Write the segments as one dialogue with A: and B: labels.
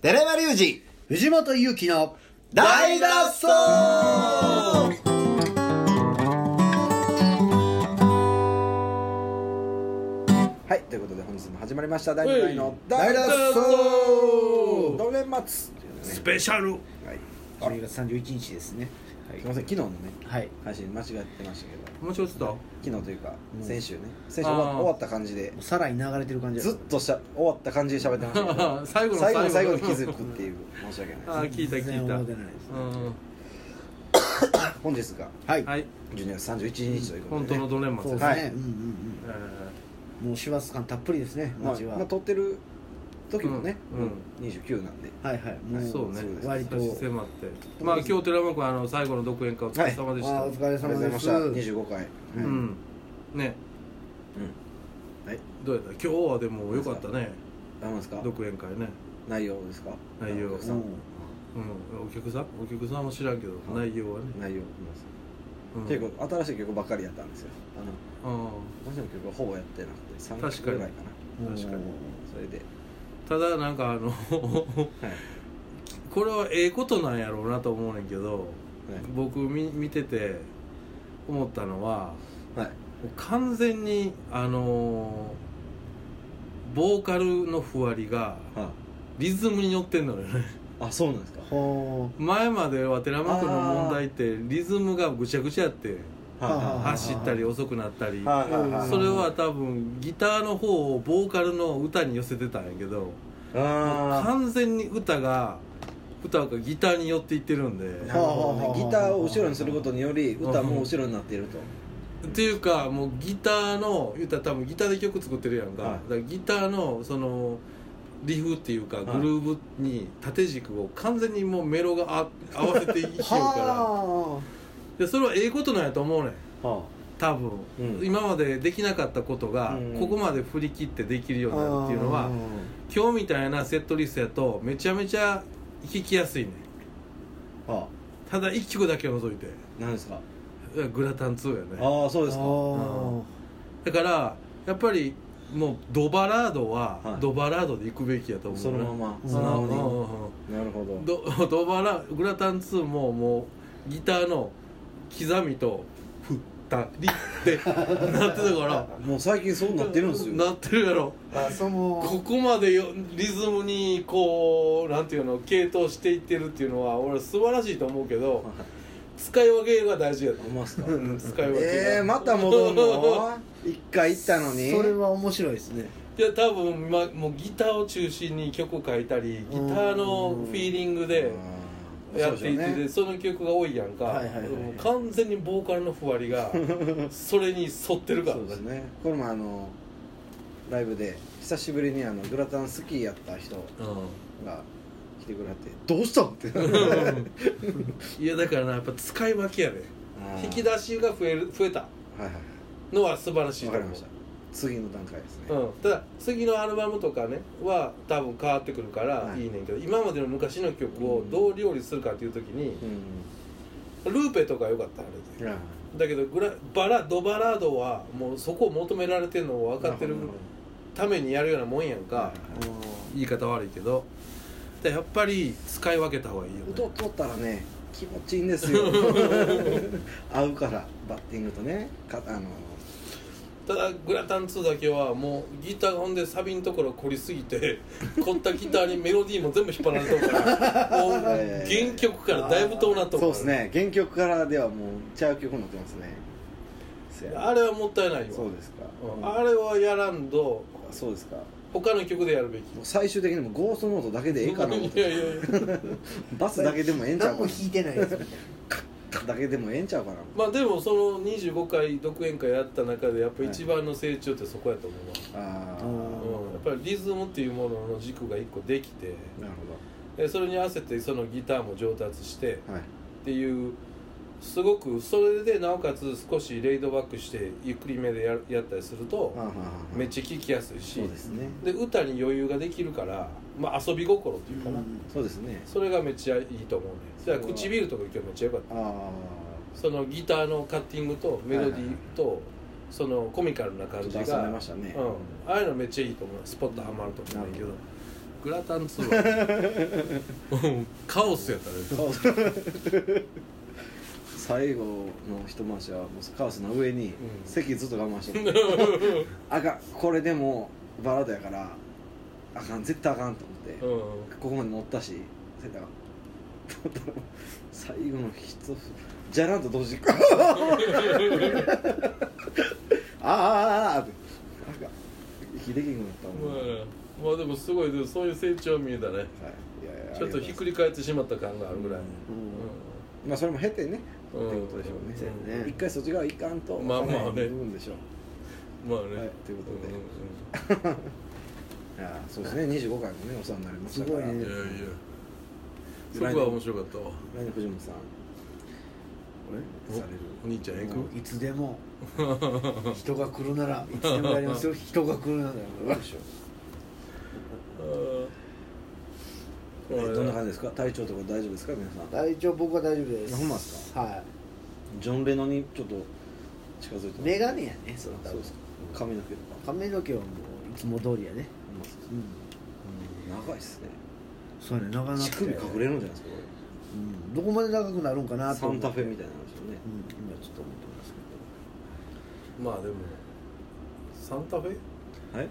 A: 寺山隆二
B: 藤本勇樹の
A: 大脱走
C: はい、ということで本日も始まりました第2回の
B: 大脱
C: 大脱
B: 走
C: 走同年末というね
D: スペシャル
C: はい、
B: 12月31日ですねはい
C: すいません昨日のね
B: はい
C: 配信間違ってましたけど
D: 面白いっすか
C: 昨日というか
B: うん
C: 先週ね先週終わ
D: あー
C: 終わった感じで
B: もうさらに流れてる感じだ
C: ずっとしゃ終わった感じで喋ってましたけ ど
D: 最後の
C: 最後の
D: 最
C: 最後
D: 後
C: に気づくっていう申し訳
D: あ
C: ない
D: ー聞いた
B: 全然
D: 聞いた
B: 思ってないです
D: う
C: 本日が
B: はい
D: んはい
C: 12月31日というこ
D: 本
C: と
D: 当
C: で、ね
D: のドレンマ
B: そう
D: ン
B: で
D: ですす
B: ね、
C: はい
B: うんうんうんもう師走感たっぷりですね
C: まあ
B: 街は、
C: まあ、撮ってる時もね、
D: うん
C: うん29なんで
B: はいはいもう
D: そうね
B: 割と
D: 差し迫ってまあ今日寺山君あの最後の独演会お疲れ様でし
B: あ
D: た
B: ーお疲れ
C: ありがとうご
B: 様
C: ざい
B: で
C: まし
B: す
C: た25回、
B: う
D: うんんね
C: うんはい
D: どうやった今日はでも良かったね
C: ダメですか
D: 独演会ね
C: 内容ですか
D: 内容
C: お客
B: う
C: さん
B: ん
D: うんお客さんお客さんも知らんけど内容はね
C: 内容見ます結
D: 構
C: 構新しい曲ばっかりやったんですよあの私の曲はほぼやってなくて
D: 確
C: 3
D: か
C: 曲
D: に
C: ぐらいかな
D: 確かに
C: それで、
D: ただなんかあの これはええことなんやろうなと思うねんけど
C: は
D: 僕み見てて思ったのはい
C: はい
D: もう完全にあのーボーカルのふわりが
C: はい
D: リズムに乗ってんのよね
C: あそうなんですか
B: ほ
D: 前までは寺間君の問題ってリズムがぐちゃぐちゃやって
B: はあー
D: 走ったり遅くなったり
C: はいはいはい
D: それは多分ギターの方をボーカルの歌に寄せてたんやけど
C: あ
D: 完全に歌が歌がギターに寄っていってるんで
C: ー
B: は
C: なるほ
B: はあはあは
C: ど
B: あ
C: ねギターを後ろにすることにより歌も後ろになっていると
D: っていうかもうギターの言うたら多分ギターで曲作ってるやんか,、
C: はい
D: だからギターのそのリフっていうか
C: い
D: グルーブに縦軸を完全にもうメロがあ合わせていき
B: う
D: よう か
B: は
D: らでそれはええことなんやと思うねん
C: は
D: 多分、
C: うん
D: 今までできなかったことが
C: うん
D: ここまで振り切ってできるよう
B: あ
D: になるっていうのは今日みたいなセットリストやとめちゃめちゃ弾きやすいねん
C: あは
D: ただ1曲だけを除いて
C: あなんですか
D: グラタン2やね
C: ああそう
B: あ
C: ですか
B: ー
D: だからやっぱりもうドバラードは、
C: はい
D: ドバラードで行くべきやと思う
C: そのま
D: ま
C: ま
B: うん
C: 素直に
D: う
C: なるほど
D: んうんうんド ドバラグラタン2ももうギターの刻みとふったりってなってたから
C: もう最近そうなってるんですよ
D: なってるやろ
B: あその
D: ここまでよリズムにこうなんていうの系統していってるっていうのは俺素晴らしいと思うけど使い分けが大事やと
C: ほんまっすか
D: 思ううん使い分けが
C: えー、また戻んの一回行ったのに
B: それは面白いですね
D: いや多分、ま、もうギターを中心に曲を書いたりギターのフィーリングで
C: うん
D: やっていて
C: そう
D: そ,、
C: でし
D: の曲が多いやんか、
B: はいはいはい
D: もう完全にボーカルのふわりが それに沿ってるか
C: ょう
D: ら
C: ねそうですねこれもあのライブで久しぶりにあのグラタン好きやった人が来てくれはって「どうし たん?」って
D: うん、いやだからなやっぱ使い分けやね引き
C: は
D: 出しが増える増えた
C: いはい
D: のは素晴らしい
C: わ
D: と
C: かり
D: 思
C: ました次の段階ですね、
D: う、うん、ただ次のアルバムとかねは多分変わってくるから
C: はい
D: いいねんけど、今までの昔の曲をどう料理するかっていう時に
C: う、ん
D: ルーペとか良かったあれで
C: うんあ
D: だけどグラバラドバラードはもうそこを求められてるのを
C: ー
D: 分かってる
C: なほど
D: ためにやるようなもんやんか言い方悪いけどでやっぱり使い分けた方がいいよね
C: 音取ったらね気持ちいいんですよ合うからバッティングとねかあの
D: ただグラタン2だけはもうギターがほんでサビのところ凝りすぎて 凝ったギターにメロディーも全部引っ張られてるから もう
C: えー
D: 原曲からだいぶ遠なった
C: そうですね原曲からではもうちゃう曲になってますねせや
D: あれはもったいないよ
C: そうですか、
D: うん
C: あ
D: あれはやらんと
C: そうですかも
D: 他の曲でやるべき
C: う最終的にもうゴーストノートだけでええかな思っ
D: いやい
C: て
D: やいや
C: バスだけでもええんちゃ
B: 何
C: う
B: も
C: か
B: 弾いてないですみたい
C: なだけでもええんちゃうかな
D: まあでもその25回独演会やった中でやっぱ一番の成長ってそこやと思
C: ああ
B: うん
D: うわ、うん、やっぱりリズムっていうものの軸が一個できて
C: なる
D: でそれに合わせてそのギターも上達してっ
C: ほどはい
D: ていうすごくそれでなおかつ少しレイドバックしてゆっくりめでややったりすると
C: あーはーはー
D: めっちゃ聴きやすいし
C: そうですね
D: で歌に余裕ができるから、まあ、遊び心っていうか
B: な
D: な、
C: そうですね
D: それがめっちゃいいと思うねだから唇とか今日めっちゃ良かった
C: ああ
D: そのギターのカッティングとメロディーとそのコミカルな
C: ちょ
D: 感
C: っ
D: じ
C: と
D: が
C: 遊んでましたね、
D: うん、ああいうのめっちゃいいと思うスポッとハマると思うんだけど
C: なる
D: グラタンツーは うんカオスやったね
C: 顔 最後の一回しはもうカオスの上に
D: ん
C: 席ずっと我慢してたあかんこれでもバラードやからあかん絶対あかんと思って、
D: うん
C: ここまで乗ったしセンターが 最後の一つじゃらんと同時に あああああってなんか息できんくなったもん、はい
D: まあまあでもすごいでもそういう成長は見えたね
C: いやいや
D: ちょっとひっくり返ってしまった感があるぐらい、う
C: まあそれも経てね、
D: うん
C: ってことでしょうね
B: そうやね
C: 一回そっち側行かんと
D: まあまあね
C: 分からへん部分でしょ
D: んまあね、
C: はいということでいやそうですね25回もねお世話になりましたから
B: すごいね
D: うんうんうんいやいやそこは面白かったわ
C: 来年藤本さん
D: お
C: される
D: お兄ちゃん行く
B: いつでも 人が来るならいつでもやりますよ人が来るなら
C: どうでしょうえーどんな感じですか体調とか大丈夫ですか皆さん
B: 大丈夫僕は大丈夫です
C: ほんまっす
B: かは
C: ジョン・レノにちょっと近づいて
B: い眼鏡やねそ
C: そう
B: れ多
C: そう
B: 分
C: 髪の毛とか
B: 髪の毛はもういつも通りやね
C: ほんまっすね
B: うん
C: 長いっすね
B: そうやね長な
C: 乳首隠れるんじゃないですか
B: うんどこまで長くなるんか
C: これ
B: な
C: サ
B: と思
C: ン
B: って
C: タフェみたいになるんでしょうね
B: うん今ちょっと思ってます
D: まあでもサンタフェ
C: はい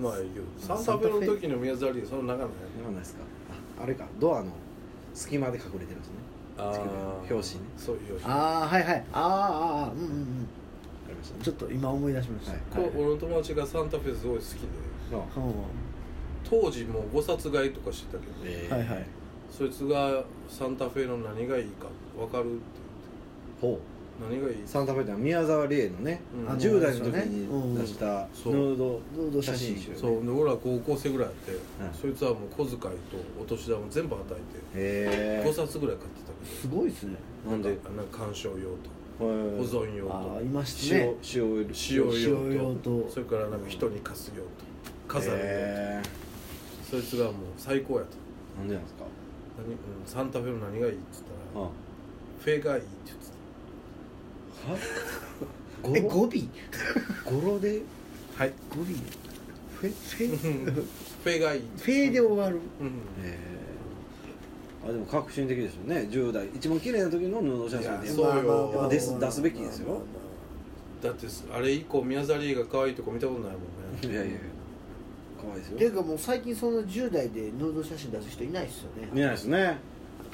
D: まあいいけどサンタフェの時の宮沢りえその長野やね
C: ならないですかああれかドアの隙間で隠れてるんですね
D: あ
C: 乳首の
D: あ
C: 表紙ね
D: そういう表紙
B: ああはいはいあーあーあーうんうん
C: ありました
B: うん
C: ね
B: ちょっと今思い出しました
C: はい
D: こう俺の友達がサンタフェすごい好きで
C: あ
D: 当時もう5冊買いとかしてたけど
C: え
B: はいはい
D: そいつがサンタフェの何がいいか分かるって
C: ほ
D: 言って何がいいう
C: サンタフェってのは宮沢りえのね、
D: うん
B: あの
C: 10代の時に出した
D: そ
C: ヌ
D: う
C: ード
B: ヌード写真
C: 集ね
D: そうで俺ら高校生ぐらいやって、
C: ん
D: そいつはもう小遣いとお年玉全部与え
C: へ
D: て
C: え
D: 5冊ぐらい買ってたけ
B: すごいですね
D: ど
C: なんでへ
D: あなんか鑑賞用と保
C: え
D: 存用
B: ああい
D: と
B: ましたね
C: 塩塩入れ
D: 使用用と
B: 使用用と
D: それからなんか人に貸す用と飾る用と、
C: へえ
D: そいつがもう最高やと
C: なんでなんですか
D: 何、うん、サンタフェの何がいいって言ったら
C: あ
D: フェがいいって言って
C: 語
B: え
C: 呂
B: 語尾
C: 語呂で
D: たはい
B: 語尾フェフェ
D: フェがいいって
B: フェで終わる
D: うん
C: ええあでも革新的ですよね10代一番綺麗な時の布写真
D: い
C: で
D: やそうよ
C: やっぱ出す出すべきですよ
D: だってあれ以降宮沢りえが可愛いとこ見たことないもん
C: い
D: ね
C: やいやいや可愛いです
B: ってい
C: よ
B: うかもう最近その10代でヌード写真出す人いないですよ
C: 見
B: ね
C: ないですね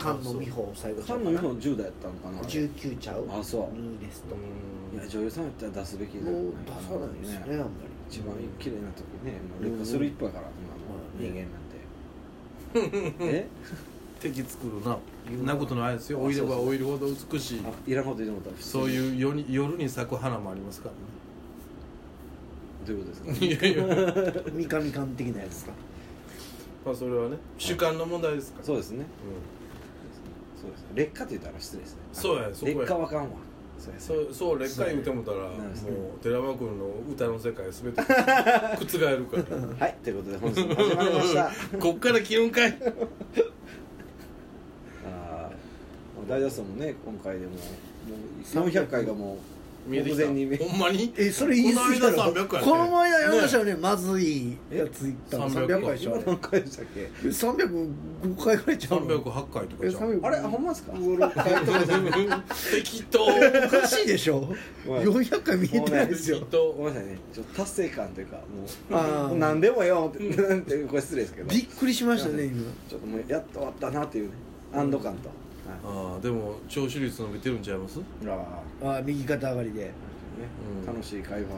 B: 菅野美穂最後ちゃ
C: 菅
B: うかな
C: 野美穂10代やったのかな
B: 19ちゃう
C: あそう
B: ヌーデストも
D: う
C: い
D: ん
C: や女優さんやったら出すべきだよ
B: う
C: ね
B: 出さないですねあんまり
C: 一番綺麗な時ねもう劣化する一歩やか
B: う
C: ら
B: ん
C: 今の人間な んてえ
D: 敵作るなそんなことないですよ老いれば老いるほど美しい
C: あいらんこと言うと思った
D: そう
C: う
D: いう夜に夜に咲く花もありますか
C: どういう こと
D: ら
C: で
D: ねい
C: す
D: やいや
B: 三上館的なやつか
D: まあそれはね主観の問題ですか
C: からそうですね
D: う
C: そうです劣化って言ったら失礼ですね
D: そうやそこや
C: 劣化わかんわそうや
D: んそうそう劣化言うてもたらも
C: なんですね
D: う寺間君の歌の世界全て覆るから
C: はいということで本日も始まりました
D: こっから気温かい
C: あー大脱走もね今回でももう400回がもう
D: 見えて
C: 目
D: きた
C: 前に見え
D: ほんまに
B: えそれ言い過ぎだ
D: この
B: ろ
D: 間300やね
B: この前やりましたよねまずいやついったの
D: 300
B: 300回でしょ
C: 今
B: あれ
C: 何回でしたっけ
B: 305回ぐらいちゃうの
D: 308回とかじゃん
B: え300
C: あれほんまですか
B: うわ
D: 適当
B: おかしいでしょ
C: ごめん
B: 400回見えてないです
D: 適
B: よ
D: 当
C: ごめんなさいねちょっと達成感というか
B: あ
C: も
B: ー
C: う何でもよってなんてこれ失礼ですけど
B: びっくりしましたね今
C: ちょっともうやっと終わったなっていうね安堵感と、は
D: ああでも聴取率伸びてるんちゃいます、
C: い、うわ
B: あー右肩上がりで
C: ーね
D: うん
C: 楽しい会話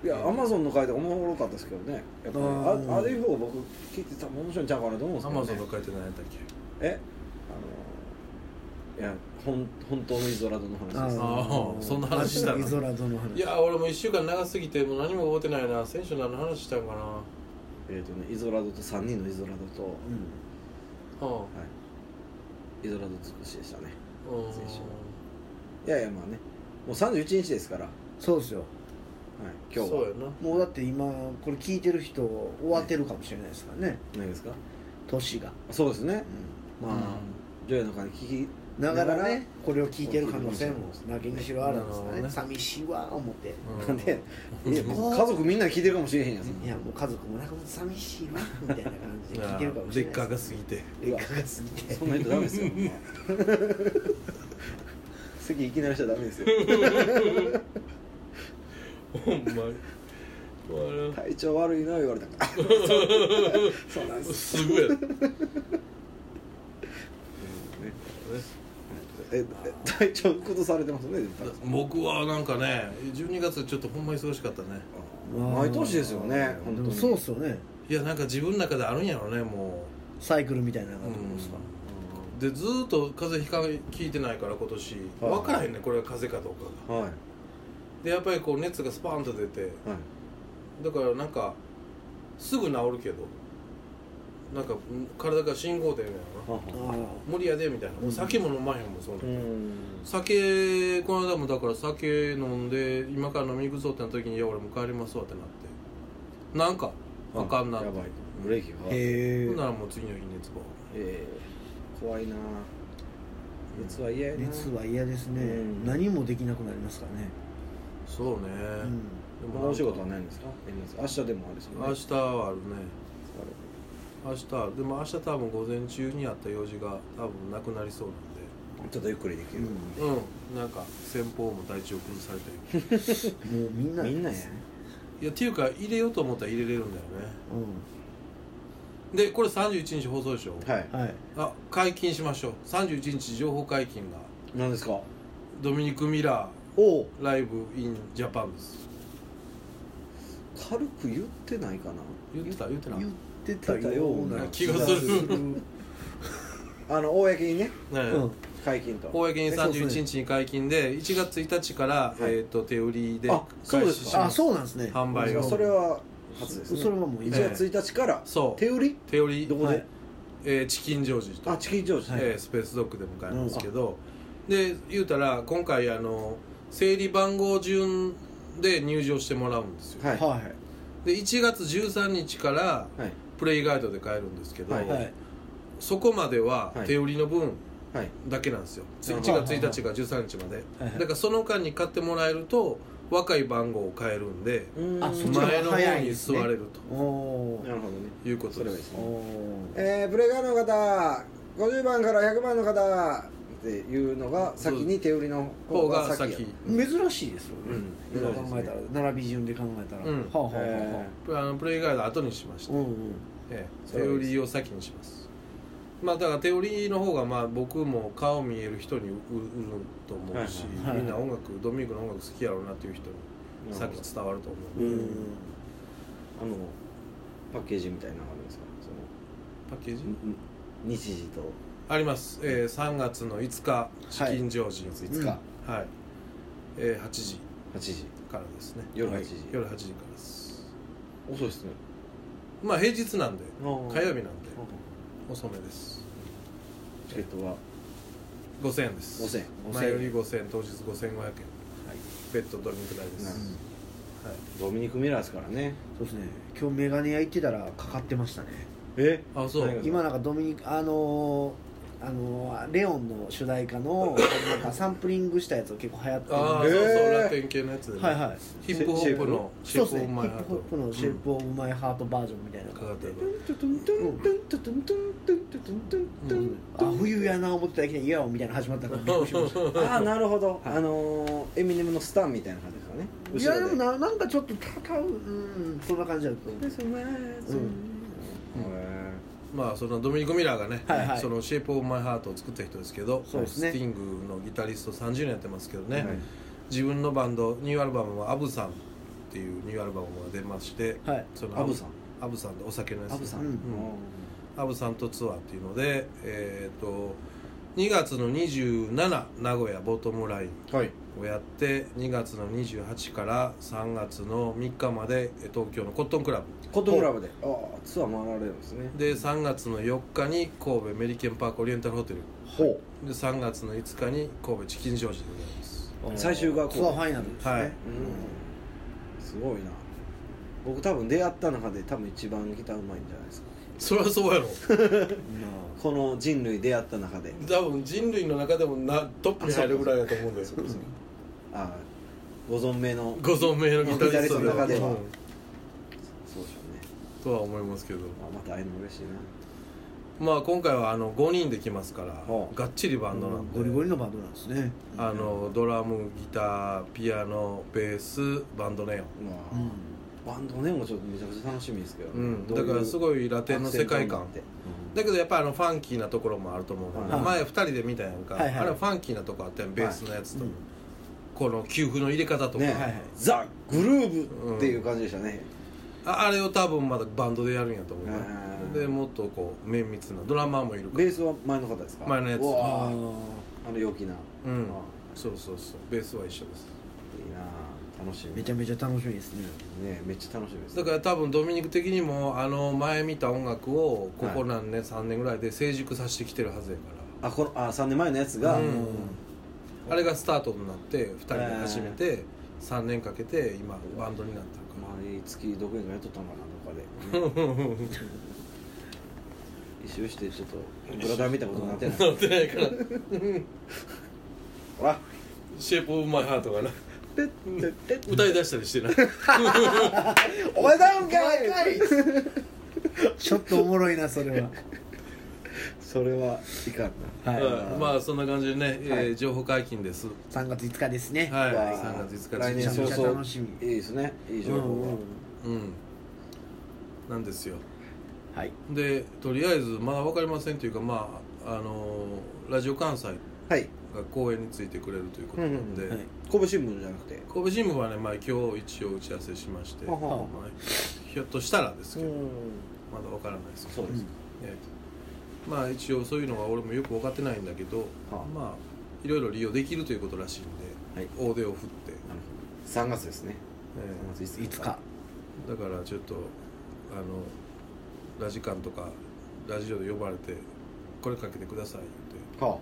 D: うん、
C: いやアマゾンの回でおもろかったですけどねやっぱり
B: うん
C: ああれ以降僕聞いてたら面白いんちゃうかなと思うんです
D: ア
C: けど、ね、
D: マゾンの書いて何やったっけ
C: えあのいやほん本当のイゾラドの話です
D: あーそんな話したの
B: イゾラドの話
D: いや俺も1週間長すぎてもう何も覚えてないな選手何の話したんかな、は
C: えっ、とねイゾラドと3人のイゾラドと、
B: うん
D: あ
C: はいイゾラド尽くしでしたね
D: うん
C: 選手いやいやまあねもう31日ですから、はい、
B: そうですよ
C: 今日
D: そう
C: は
D: やな
B: もうだって今これ聞いてる人終わってるかもしれないですからね
C: 何ですか
B: 年が
C: そうですね、
B: う
C: まあ、ジョヤの会聞き
B: ながら
C: ながら
B: ね
C: ね
B: これを聞いてる可能性もなきにしろあるんです
D: な
B: よ
D: るほど
B: ね
D: ね
B: 寂しいわ思って、
C: なんで
D: うん
C: いや家族みんな聞いてるかもしれへんやんそんない
B: やもう家族もなくなって寂しいわみたいな感じで聞いてるかもしれな
D: 劣
B: い
D: 化が過ぎて
B: 劣化が過ぎて
C: そんな人ダメですよほんま 席いきなりしちゃダメですよ
D: ほんまにあれ
C: 体調悪いな言われたからそうなんです
D: すごいや
C: ねええ体調崩されてますね絶対
D: 僕はなんかね12月ちょっとほんま忙しかったね
C: 毎年ですよね本当
B: でも
C: に
B: そうっすよね
D: いやなんか自分の中であるんやろねも
B: サイクルみたいな
D: う、
B: 感じですか、
D: うんでずーっと風邪ひか聞いてないから今年
C: はい
D: 分からへんねこれは風邪かどうかが
C: はいは
D: でやっぱりこう熱がスパーンと出てだからなんかすぐ治るけどなんかん体が信号出るんやろな
C: は
B: あ
D: 無理やでみたい
B: う
D: な、
B: ん
D: 酒も飲まへんもんそんな、
C: うん
D: 酒この間もだから酒飲んで今から飲みに行くぞってなった時に「いや俺もう帰りますわ」ってなってなんかあかんなっ
C: や
D: て
C: ばいブレーキ
B: あ
C: が
B: へ
D: ほんな
B: え
D: らもう次の日熱ば
C: えー怖いな熱は嫌やな
B: 熱は嫌ですね、
C: うん
B: 何もできなくなりますからね、
D: そうね、で
C: まだお仕事は
D: ね
C: ないんですか円安明日でもあれですよね
D: 明日はあるね明日でも明日多分午前中にあった用事が多分なくなりそうな
C: ちょっとゆっくりでき
B: う
C: る、
B: ん
D: んでうんなんか先方も体調崩された り
B: もうみんな
C: みんな
B: で
C: や
B: すね
D: いやっていうか入れようと思ったら入れれるんだよねでこれ31日放送でしょ、
C: は
B: うんはい
D: あ解禁しましょう31日情報解禁が
C: いなんですか
D: ドミニク・ミラ
C: おお
D: ーライブ・イン・ジャパンです
C: 軽く言ってないかな
D: 言ってた言ってな
B: 言ってたような
D: 気がする
B: うん
C: あの公にね
D: ね
C: 解禁と
D: 公に
B: えそうですね
D: 31日に解禁で1月1日から、えっ、と手売りで
C: あそうですか
B: あ
D: ます
B: そうなんですね
D: 販売
C: そ
D: を
C: うそれは初ですね
B: それはもう
C: 1
B: 今
C: 月1日から
D: そう
C: 手売り
D: 手売り
C: どこで、
B: はい
D: えーチキンジョージと
C: あチキンジョージ、
D: えースペースドッグで迎えるんですけど、で言うたら今回あの整理番号順で入場してもらうんですよ、
C: はいは
B: は
D: で1月13日から
C: い
D: プレイガイドで買えるんですけど、
C: はい
B: はい
D: そこまでは
C: はい
D: 手売りの分
C: はい
D: だけなんですよ、
B: なる
D: 1
B: ほど
D: 月1日から13日まで、
B: はいはい
D: だからその間に買ってもらえると若い番号を買えるんで
C: うーん
B: あそっちの方が
D: 前の
B: 早
D: 方
B: い
D: に
B: です
D: 座
B: ね
D: れる
B: おお
C: なるほどね
D: ということ
C: それ
D: で
C: はいいですす
B: お
C: ね
B: お
C: えー、プレイガーの方50番から100番の方っていうのが先に手売りの
D: 方
C: 方
D: が
C: が先や
D: 先
B: 珍しいですよね
C: うん
B: 今考えたら並び順で考えたらは
D: うん
B: あはあは
C: え
D: あのプレイガイド後にしました
B: あはあうんうん
D: ええ、
C: そ
D: 手
C: れはいい
D: 売
C: です
D: りを先にしますまあだから手売りの方がまあ僕も顔見える人に売ると思うし、
B: はいはい
D: みんな音楽ドミニクの音楽好きやろうなっていう人に
C: ー
D: 先伝わると思う、
B: うん
C: あのパッケージみたいなのあるんですかその
D: パッケージ
C: んん日時と
D: あります、えー、3月の5日チキンジョージ
C: いつか
D: はい、えー、8時
C: 8時
D: からですね
C: 夜8時
D: はい夜8時からです
C: 遅いですね
D: まあ平日なんで
C: 火曜
D: 火曜日なんで遅めです
C: チケットは
D: 5000円です
C: 5000円
D: 前よ
C: 5000
D: り
C: 円
D: 5000円当日5500円別途ドミニク代で
C: なる
D: す、はい
C: ドミニク・ミラーですからね
B: そうですね今日メガネ屋行ってたらかかってましたね
C: え
D: あそう
C: 何が
B: 今なんかドミニクあのーあのーレオンの主題歌のなんかサンプリングしたやつが結構流行ってるん
D: ああ、
C: へ
D: そうそう
C: ー
D: 楽園系のやつで、ね
B: はいはい
D: ヒップホップの
B: そうですね
D: シェイプオブマイハ
B: ヒップ
D: ート
B: ホップのシェイプオブマイハートバージョンみたいな
D: かかってる
B: うんあ冬やな思ってたけどイヤオみたいなの始まったからびっくりしまし
C: ああなるほどあのーエミネムのスタンみたいな感じです
B: た
C: か
B: い
C: ね
B: やでも
C: 後ろで
B: ななんかちょっと戦ううんそんな感じだと思う
C: へ
D: まあそのドミニク・ミラーがね、
B: はいはい
D: そのシェイプ・オブ・マイ・ハートを作った人ですけど
B: そうですね
D: スティングのギタリスト30年やってますけどね、
C: ーはい
D: 自分のバンドニューアルバムは「アブさん」っていうニューアルバムが出まして、
B: はい
D: その
C: アブさん
D: アブさんでお酒のやつ
C: アブさん
B: うん
D: アブさんとツアーっていうのでえっ、と2月の27名古屋ボトムライン
C: はい
D: をやって2月の28から3月の3日までえー東京のコットンクラブ
C: コットンクラブでああツアー回られるんですね
D: で3月の4日に神戸メリケンパークオリエンタルホテル
C: ほ
D: で3月の5日に神戸チキンジョージでございます
C: 最終がこう
B: ツアーファイナルですね、
D: はい
C: うんすごいな僕多分出会った中で多分一番ギターうまいんじゃないですか
D: そりゃそう やろ
C: この人類出会った中で
D: 多分人類の中でもなトップに入るぐらいだと思うんだよ
C: あーご存命の
D: ご存命のギタリスト
C: ギタリストの中では
D: うん
C: そうでしょうね、
D: とは思いますけど
C: まあ、また会えるの嬉しい
D: まあ今回はあの5人で来ますから
C: ほう
D: がっちりバンドなんで
B: ゴリゴリのバンドなんですね
D: あのドラムギターピアノベースバンドネオン
C: な、まあ
B: うん
C: バンドねもちょっとめちゃくちゃ楽しみですけど、
D: うん、
C: どう
D: だからす
C: い
D: ごいラテンの世界観
C: アクセン
D: だけどやっぱあのファンキーなところもあると思う、
C: はい
D: 前2人で見たやんか、
B: はいはい
D: あれはファンキーなとこあったやんベースのやつと、
B: はいうん
D: この給付の入れ方とか、
C: ね、
B: はいはい
C: ザ・グルーブっていう感じでしたね、
D: ああれを多分まだバンドでやるんやと思うね
C: うん
D: でもっとこう綿密なドラマーもいるから
C: ベースは前の方ですか
D: 前のやつ
C: う
B: あ
C: わあ
B: ー
C: あの陽気な、
D: うん
C: あ
D: そうそうそうベースは一緒です
C: ーいいなあ楽しみ
B: めちゃめちゃ楽しみですね
C: ねめっちゃ楽しみです
D: だから多分ドミニク的にもあの前見た音楽をここ何年、3年ぐらいで成熟させてきてるはずやか
C: あこのあ3年前のやつ
D: ら
C: が、
D: うんあれがスタートになって2人で始めて3年かけて今バンドになってるから
C: 毎月どこにかやっとったのかなどっかで、一周してちょっとグラダー見たことになってない
D: 乗ってないから
C: ほら
D: シェイプオブマイハートがな
C: てってって
D: 歌い出したりしてな
C: お前だんかい
B: ちょっとおもろいなそれは
C: それはいかんな
B: はい
D: うんまあそんな感じでね、えー情報解禁ですは
B: 3月5日ですね
D: い
C: わあ
D: 3月5日
C: 来年
B: めちゃ
C: 早
B: めちゃ
C: 々
B: 楽しみ
C: いいですねいい情
B: う
C: 報
B: んう
C: が、
B: ん
D: うんなんですよ
B: はい
D: でとりあえずまだ分かりませんというかまああのーラジオ関西
C: はい
D: が公演についてくれるということなんで、
C: うんう
B: は
C: ん
B: い
C: 神戸新聞じゃなくて
D: 神戸新聞はね、まあ、今日一応打ち合わせしまして、
C: はは
D: まあひょっとしたらですけど、まだ分からないですけど
C: そうですか、
D: ええまあ一応そういうのが俺もよく分かってないんだけど、
C: はあ
D: まあいろいろ利用できるということらしいんで、大手を振って、
C: 3月ですね
D: ええ
C: 3月
B: いつか
D: だからちょっとあのラジカンとかラジオで呼ばれて「これかけてください」言う
C: は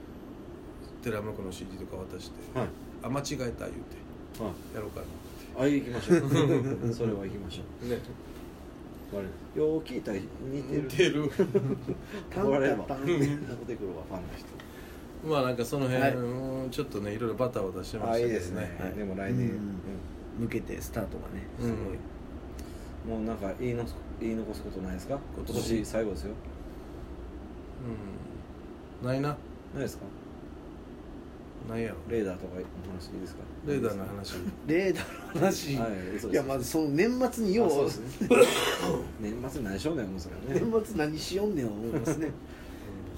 D: て寺向の CD とか渡して「
C: あはい
D: あ間違えた」言うて
C: はい
D: やろうか
C: あ行きましょうそれは行きましょ
D: なね
C: う悪いよう聞いたら似てる
D: 出る
C: 怒られれば
B: パンパ
C: 怒
B: ン
C: ってくるわファンの 人
D: まあなんかその辺、
B: はい
D: うんちょっとねいろいろバタバタしてま
C: あ
D: し
C: い
D: た
C: い
D: けど
C: ですね、
B: はい
C: でも来年、
B: うん向けてスタートがねす
D: う
B: ごい
D: ん
C: うんもうなんか言いの言い残すことないですか今
D: 今
C: 年最後ですよ
D: うんないな
C: ないですか
D: ないやろ
C: レーダーとかの話いいですか
D: レーダーの話
B: レーダーの話い
C: はい嘘です
B: やまずその年末によ
C: あそう
B: う
C: です ね年末何しようねんもうそれはね
B: 年末何しよんねん思いますね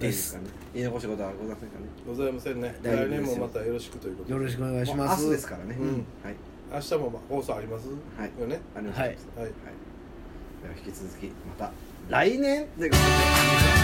B: です
C: 大丈夫かね言い残したことはございませんかね
D: ございませんね
B: 大丈
D: 来
B: 夫です
D: 年
B: よ
D: もまたよろしくということで
B: よろしくお願いしま
C: もう
B: す
C: 明日ですからね、
D: うん
C: はい
D: 明日もまあ放送あります
C: はい
D: よね
C: ありがとうございます、
D: はい
C: はい、では引き続きまた来年ということで